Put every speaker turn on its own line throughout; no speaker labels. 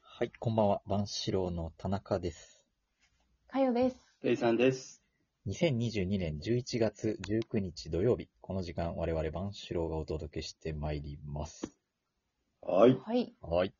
はい、こんばんは。万志郎の田中です。
かよです。
レイさんです。
2022年11月19日土曜日、この時間我々万志郎がお届けしてまいります。
はい。
はい。
はい。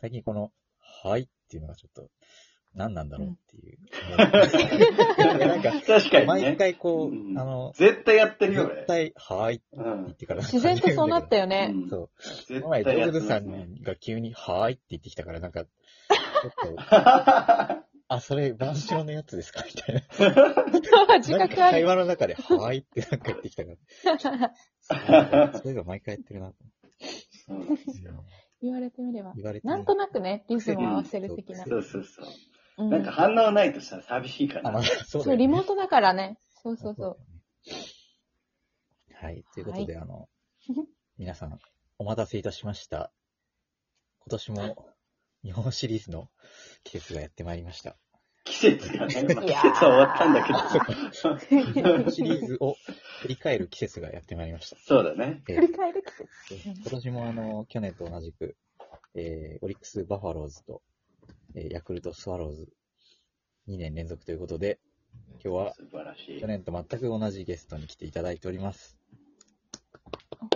最近この、はいっていうのがちょっと、何なんだろうっていう。なんか、
確かに
毎
ね。
回こう、
うん
あの、
絶対やってるよ、俺
絶。対、はいって
うん
言ってから。
自然とそうなったよね。
う ん
そう。
絶
この前、ジ
対や
ョ
って
ブ
ま
ズ
す
さ
ね。
んが急に、はーいって言ってきたから、なんか、ちょっと、あ、それ、万象のやつですかみたいな。
自
なんか
覚あ
会
る。
話の中で、は ーいってなんか言ってきたから。そうそういうの毎回やってるなと
そうなんですよ
言われてみれば。
言われてね。
なんとなくね、リズムを合わせる的な。
そうそうそうう。
ん
なんか反応ないとしたら寂しいか
あ、まあ
ら。、
そうだ
そ
よ
う、リ
ね
モートだからね。そうそうそう。
そうだよねはい。ということで、あの、皆さん、お待たせいたしました。今年も、日本シリーズの季節がやってまいりました。
季節がね、まあ
い
季節
やー
は終わったんだけど。
日本シリーズを振り返る季節がやってまいりました。
そうだね。
え
振り返る季節。
え今年もあの、去年と同じく、えー、オリックス・バファローズと、えー、ヤクルト・スワローズ、2年連続ということで、今日は
素晴らしい
去。年と全く同じゲストに来ていただいております。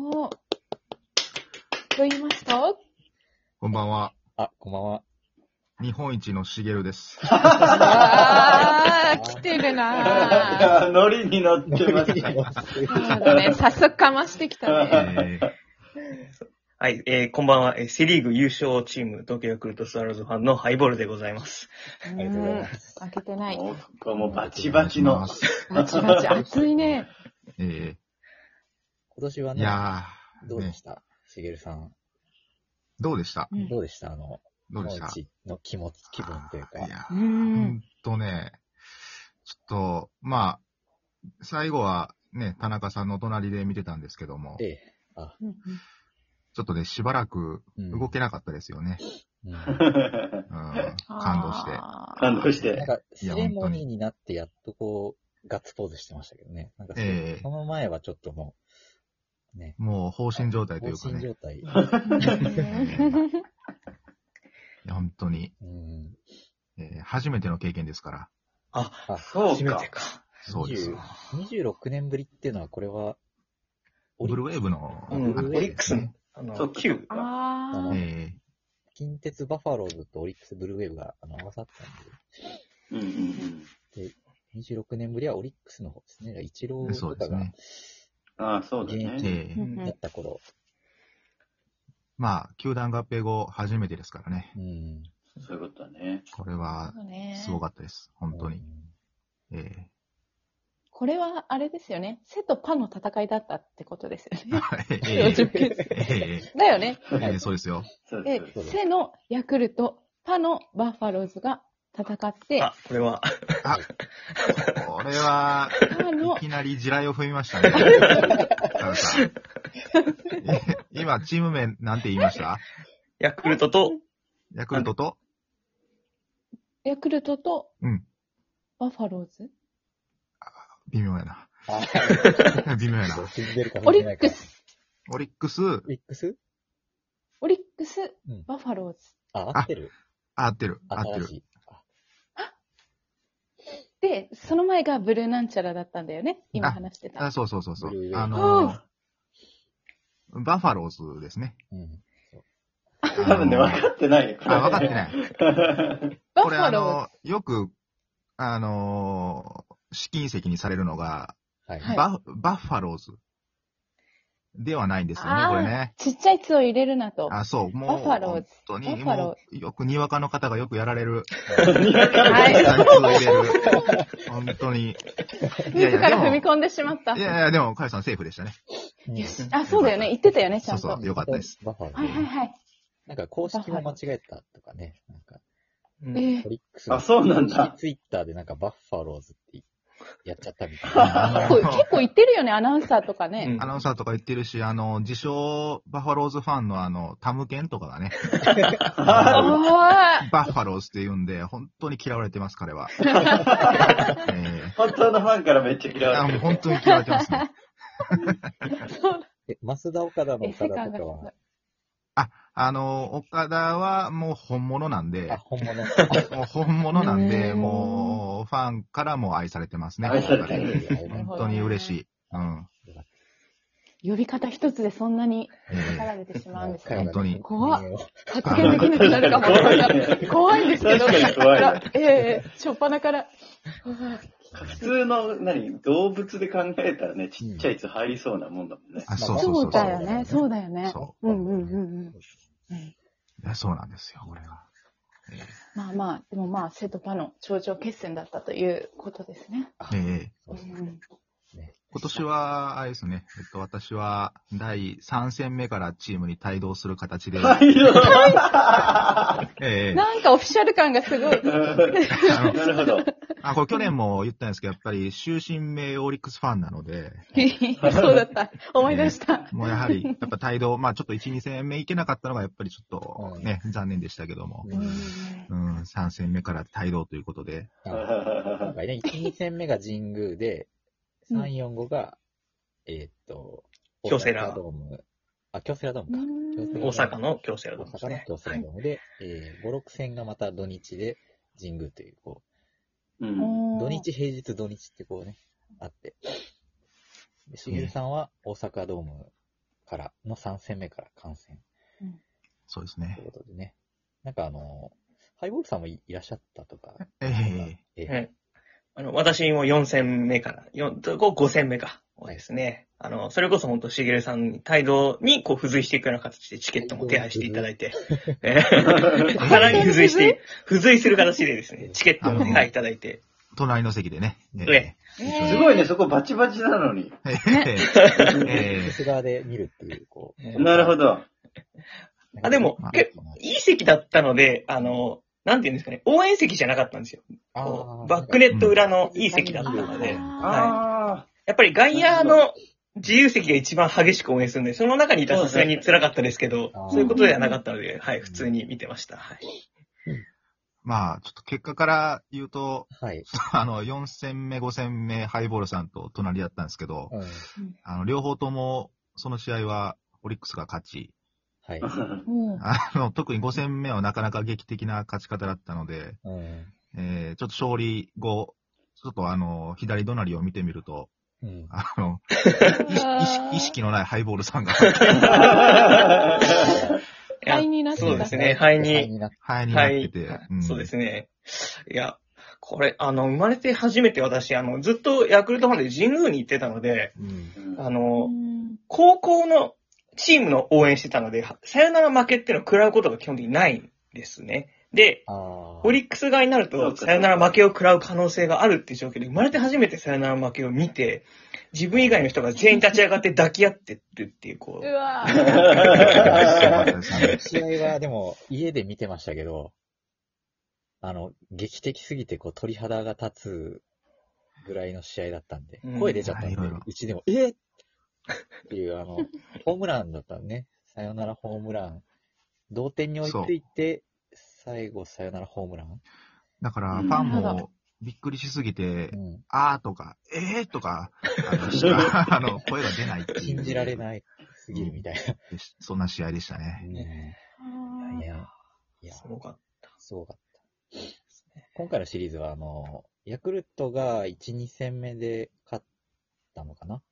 おーと言いますと、
こんばんは。
あ、こんばんは。
日本一のしげる です。
あー、来てるなー。
あノリに乗ってますね。
そうだね、早速かましてきた
え
ね。
ー、
はい、えー、こんばんは。えーセリーグ優勝チーム、東京ヤクルトスワローズファンのハイボールでございます。
あ
りがとうございます
負けてない。
もう、ここはもうバチバチ
お願
の
いし。ます
バチバチ、熱いね。
え
今年は
ー、い
ね、
や
どうでしたしげるさん。
ー、どうでした
うん
どうでしたあの、
どうでした
日本一の気持ち、気分というか。
いや
う
ー、ほ
ん
ん。とね、ちょっと、まあ、最後はね、田中さんのお隣で見てたんですけども
え、え、あ、
うん
ちょっとね、しばらく
うん
動けなかったですよね。
うん、
うん、感動して。
あ
感動し
なん
て。
か、
い
セ
や
レモニーになってやっとこう、ガッツポーズしてましたけどね。なんかそ、
ええ
その前はちょっともう、ね、
もう放心状態とい
放
う
心
かね
状、態。
ー。
いや本当に、
うん。
えー初めての経験ですから、
あ、
あ、
そう
初め
か
て。か。
そうですよ。
20 26年ぶりっていうのは、これは、オリ
ブルーウェーブの
う
話
ん
です、ね、
オリックスの、あ
そ
の、
う
旧、
あー
え
近鉄バファローズとオリックスブルーウェーブがあの合わさった
うんうんうん。
んで、26年ぶりはオリックスの方ですね。イチロ
ー
ー
そ
と
うで
か
す
が
ね。
ああ、そうだ
現
ね。
えー
うん
だった頃。
まあ、球団合併後初めてですからね。
うん。
そういうことだね。
これは
そうね
すごかったです。本当に。ええ
これはあれですよね。セとパの戦いだったってことですよね。
はい ええ
49
ええ
だよね。
ええそうですよ。
そう
で
そう、
セのヤクルト、パのバッファローズが戦って、
あ、これは、
あ、これは、
パの
いきなり地雷を踏みましたね。田中さんええ今、チーム名なんて言いました
ヤクルトと、
ヤクルトと、
ヤクルトと
うん、
バッファローズ、
微妙やな。
あ、
微妙やな。
死んでるか
オ
もしれ
リ
な
ッ
いか
ク
ら。
ス、
オリックス、
オリックス
オリックス
うん、
バッファローズ。
あ、合ってる。
あ合ってる。合って
新
る
し。い。あ
で、その前がブルーなんちゃらだったんだよね。今話して
あ
た。
そうそうそうそ
ブルーウェー。
う
ブ
あのーバファローズですね。
うん。
多分ね、分かってないよ。
あ、分かってない。
バッ
こ
フ
れ
ァ
あ
ローズ
の、よく、あのー試金石にされるのが、
はい。
はい
バッバッファローズではないんですよ
あ
ね、
ー
これね。
ちっちゃい「つ」を入れるなと。
あ、そう、もう、
バッファローズ
本当
バ
に、
ッファロー
もう、よくにわかの方がよくやられる、
はい
やつを入れ る。本当に。いやい
自
や、で
ら
も、
踏み
い
込んでしまった。
やいや、でも、カイさんセーフでしたね。
うん
あ、そうだよね。言ってたよね、ちゃんと。
そうそうよかったです。
バファロ
はいはい
ーズ。
はい。
なんか公式も間違えたとかね。なんか、
うん
え
オリックス
あ、そうなん
公
だ
式。ツイッターでなんかバッファローズってやっちゃったみたい
ー
な。
こう結構言ってるよね、アナウンサーとか
う
ね。
ん
アナウンサーとか言ってるし、あの、自称、バファローズファンのあの、タムケンとかがね、
おー
バッファローズって言うんで、本当に嫌われてます、彼 は。えー
本当のファンからめっちゃ嫌わ
あ
れて
もう
る。
本当に嫌われてますね。
そう
え、増田岡田の
え、
岡田
世界
と
がす
か
ご
は、
い。
あ、あの、岡田はもう本物なん
あ、
で、
本物。
もう本物なん
う
で、
ん
もう、ファンからも愛されてますね。
愛され
い
て
や
る
いやいや
本当に嬉しい。うん。
呼び方一つでそんなに
ええ
怒られてしまうんですね
本。当に
怖っ
っ。
発言できなくなるかもしれない。怖いんですけど。
確かに怖い
やええしょっぱなから。うわ
普通の、何、動物で考えたらね、ちっちゃいやつ入りそうなもんだもんね。
あ、そうそう
そ
そううそ
だ
う。
よね、そうだよね。
そう
うんうんうんうん。
いやそうなんですよ、これが。
まあまあ、でもまあ、セとパの頂上決戦だったということですね。
ええ
うんうん、
今年は、あれですね、えっと、私は第3戦目からチームに帯同する形で、
入りそう
ええ
なんかオフィシャル感がすごい。
あの
なるほど。
あ、これ去年も言ったんですけど、やっぱり終身名オリックスファンなので、
そうだった。思い出した。
もうやはり、やっぱ帯同、まあちょっと1、2戦目いけなかったのが、やっぱりちょっとね、残念でしたけども、
うん
うん、3戦目から帯同ということで、
今回ね、1、2戦目が神宮で、
うん
3、4、5が、えーっと、
京セラ
大阪ドーム。あ、京セラドームか。
うん
大阪の京セラドーム
大
です
阪の
ね。
京セラドームで、えー、5、6戦がまた土日で神宮という、こ
うん。
う、
おー
土日、平日、土日ってこうね、あって。で、しげるさんは大阪ドームからの3戦目から観戦
そうです
とい
ね。
うことでね。なんかあのハイボールさんもいいらっしゃったとか、
ええ
えー
はい。あの、私も4戦目から、4、5戦目か。そうですね。あの、それこそ本当しげるさんに、態度にこう付随していくような形でチケットも手配していただいて、えーさらに付随して、付随する形でですね、チケットも手配いただいて、
隣の席でね。え
え
え
すごいね、そこバチバチなのに。
えええ
フェス側で見るっていう、こう。
なるほど。
あでも
なんか
えいい席だったので、あの、なんていうんですかね、応援席じゃなかったんですよ。
あ
こ
ー
うバックネット裏のいい席だったので、
うん
はい。
あ
やっぱり外野の自由席が一番激しく応援するんで、その中にいたらさすがに辛かったですけど
あー、
そういうことではなかったので、はい、普通に見てました。はい。
まあ、ちょっと結果から言うと、
はい。
あの、4戦目、5戦目、ハイボールさんと隣だったんですけど、
うん。
あの、両方とも、その試合は、オリックスが勝ち、
はい。
あ。
うん
あの、特に5戦目はなかなか劇的な勝ち方だったので、
うん。
えー、ちょっと勝利後、ちょっとあの、左隣を見てみると、
うん。
あの、意識意識意識のないハイボールさん が、
いや
肺になってた
そうですね肺に
になっ
ハイにな
は
って
い
て、。
そうですね。いや、これ、あの、生まれて初めて私、あの、ずっとヤクルトファンで神宮に行ってたので、
うん。
あ
う
の、
ん
高校のチームの応援してたので、はさよなら負けっていうのを食らうことが基本的にないんですね。で、
ああ。
オリックス側になる
そう
と、
か
さよなら負けを食らう可能性があるっていう状況で、生まれて初めてさよなら負けを見て、自分以外の人が全員立ち上がって抱き合ってるっていう、こ
う
う、
わ
よかったですね
試合はでも、家で見てましたけど、あの、劇的すぎて、こう、鳥肌が立つぐらいの試合だったんで、
うん
声出ちゃったんで
はいはい、
うちでも、えっっていう、あ の、ホームランだったんでね。さよならホームラン。同点に追いついて、最後、さよならホームラン。
だから、
う
フ
ん
ァン
なるほ
もびっくりしすぎて、
うん。
あーとか、えーとか、あの、し かあの声が出ないっていう。
信じられないすぎるみたい
そんな試合でした
な。
ね。
ねえいや、いや、
すごかっ
すごかった。今回のシリーズは、あの、ヤクルトが1、2戦目で勝ったのかな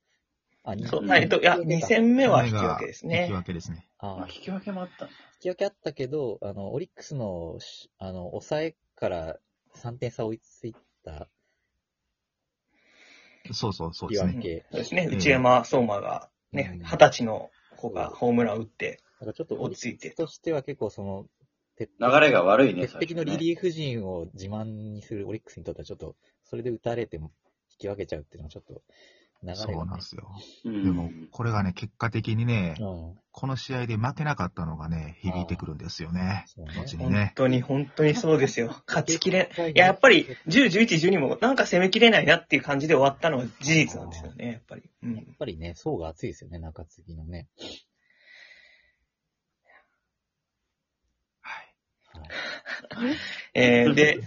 あ、
た。
2
そう、えっと、いや、2戦目は引き分けです
引き
ね。
分けですね。
あ
引き分けもあったんだ。
引き分けあったけど、あの、オリックスのし、あの、抑えから3点差追いついた
そうそうそ
引
う
き
です
分
ね。
け。
そうですね、内山相馬が、ね、
うん
20歳の子がホームラン打って、
なんかちょっとオリ
落ち
ッ
着い
ク
て
スとしては結構その、鉄
流れが悪いね、
鉄壁のリリーフ陣を自慢にするオリックスにとってはちょっと、それで打たれても引き分けちゃうっていうのはちょっと、流れが、ね。
そうなんですよ。
ー
でも、これがね、結果的にね、
うん。
この試合で負けなかったのがね、響いてくるんですよね。
そう
後に
本
ね。
当に本当にそうですよ。 勝ちきれ、
い
いや、やっぱり、10、11、12もなんか攻めきれないなっていう感じで終わったのは事実なんですよね、やっぱり。
や
う
っ
ん。
ぱりね、層が厚いですよね、中継ぎのね。
はい。
はい
えー、で、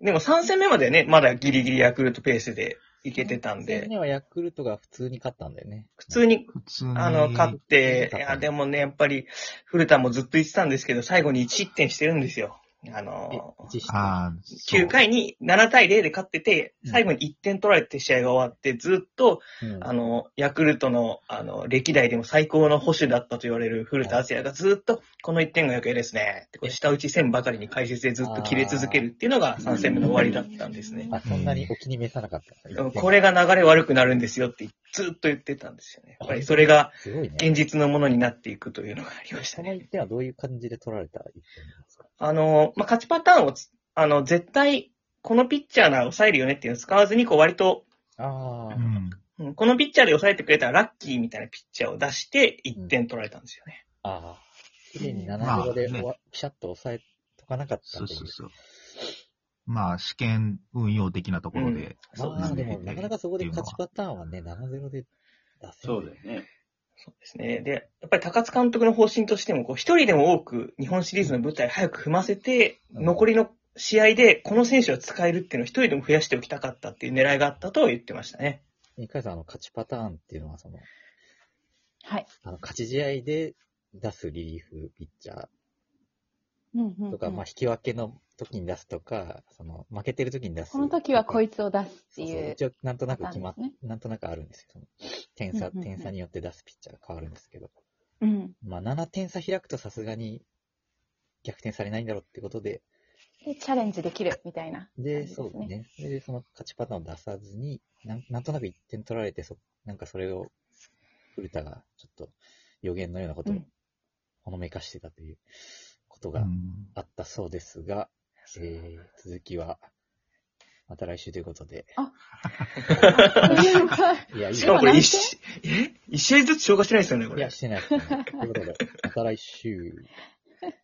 でも3戦目までね、まだギリギリヤクルトペースでいけてたん
先
で、
年はヤクルトが普通に勝ったんだよね。
普通に、
普通に。
あの、勝っ
勝
て
っ、
い
た
や、でもね、やっぱり、古田もずっと言ってたんですけど、最後に1失点してるんですよ。あの、
1失点。
ああ、そう
9回に7対0で勝ってて、
うん
最後に1点取られて試合が終わって、ずっと、
うん
あの、ヤクルトの、あの、歴代でも最高の保守だったと言われる古田敦也がずっと、この1点が余計ですね。ってこう下打ち線ばかりに解説でずっと切れ続けるっていうのが3戦目の終わりだったんですね。
あ、そんなにお気に召さなかった。一点
これが流れ悪くなるんですよってずっと言ってたんですよね。やっぱりそれが
すごいね。
現実のものになっていくというのがありました
この
ね。
1点はどういう感じで取られた1点なんですか
あの、まあ、勝ちパターンをつ、あの、絶対、このピッチャーなら抑えるよねっていうのを使わずに、こう割と、
ああ、
うん。
うんこのピッチャーで抑えてくれたらラッキーみたいなピッチャーを出して1点取られたんですよね。
ああ。綺麗に
まあ
7秒で
ね
終わピシャッと抑えとかなかったっ
そう
ていう
そうそう。まあ、試験運用的なところで。
そう
ま
で
あ
す
で
ね。
も、なかなかそこで勝ちパターンはね、7-0で出せ
そうだ
ね。
よね。
そうですね。で、やっぱり高津監督の方針としても、こう、一人でも多く日本シリーズの舞台早く踏ませて、
うん
残りの試合でこの選手を使えるっていうのを一人でも増やしておきたかったっていう狙いがあったと言ってましたね。
二回さん、あの、勝ちパターンっていうのは、その、
はい。
あの、勝ち試合で出すリリーフピッチャ
うんうんう
ー
ん
とか、まあ、引き分けの時に出すとか、その、負けてる時に出す。
この時はこ
い
いつを出すって
そう
い
そう
う。
一応、なんとなく決まっ
パターンで
なんとなくあるんですよ。その点
う
差、
んうんうん
点差によって出すピッチャーが変わるんですけど。
うん。
まあ、7点差開くとさすがに逆転されないんだろうってことで、
で、チャレンジできるみたいな。
で、
感じです
そ
ね
う ね。それで、その勝ちパターンを出さずに、なんなんとなく1点取られて、そなんかそれを、古田がちょっと予言のようなこと
う
を
ん。
ほのめかしてたということ
う
が
ん
あったそうですが、えー、続きは、また来週ということで。いや、いい
し
よ
かもこれ
今
一試、え一試合ずつ消化してないですよね、こ
い
れ
や、。してないですね。ということで、また来週。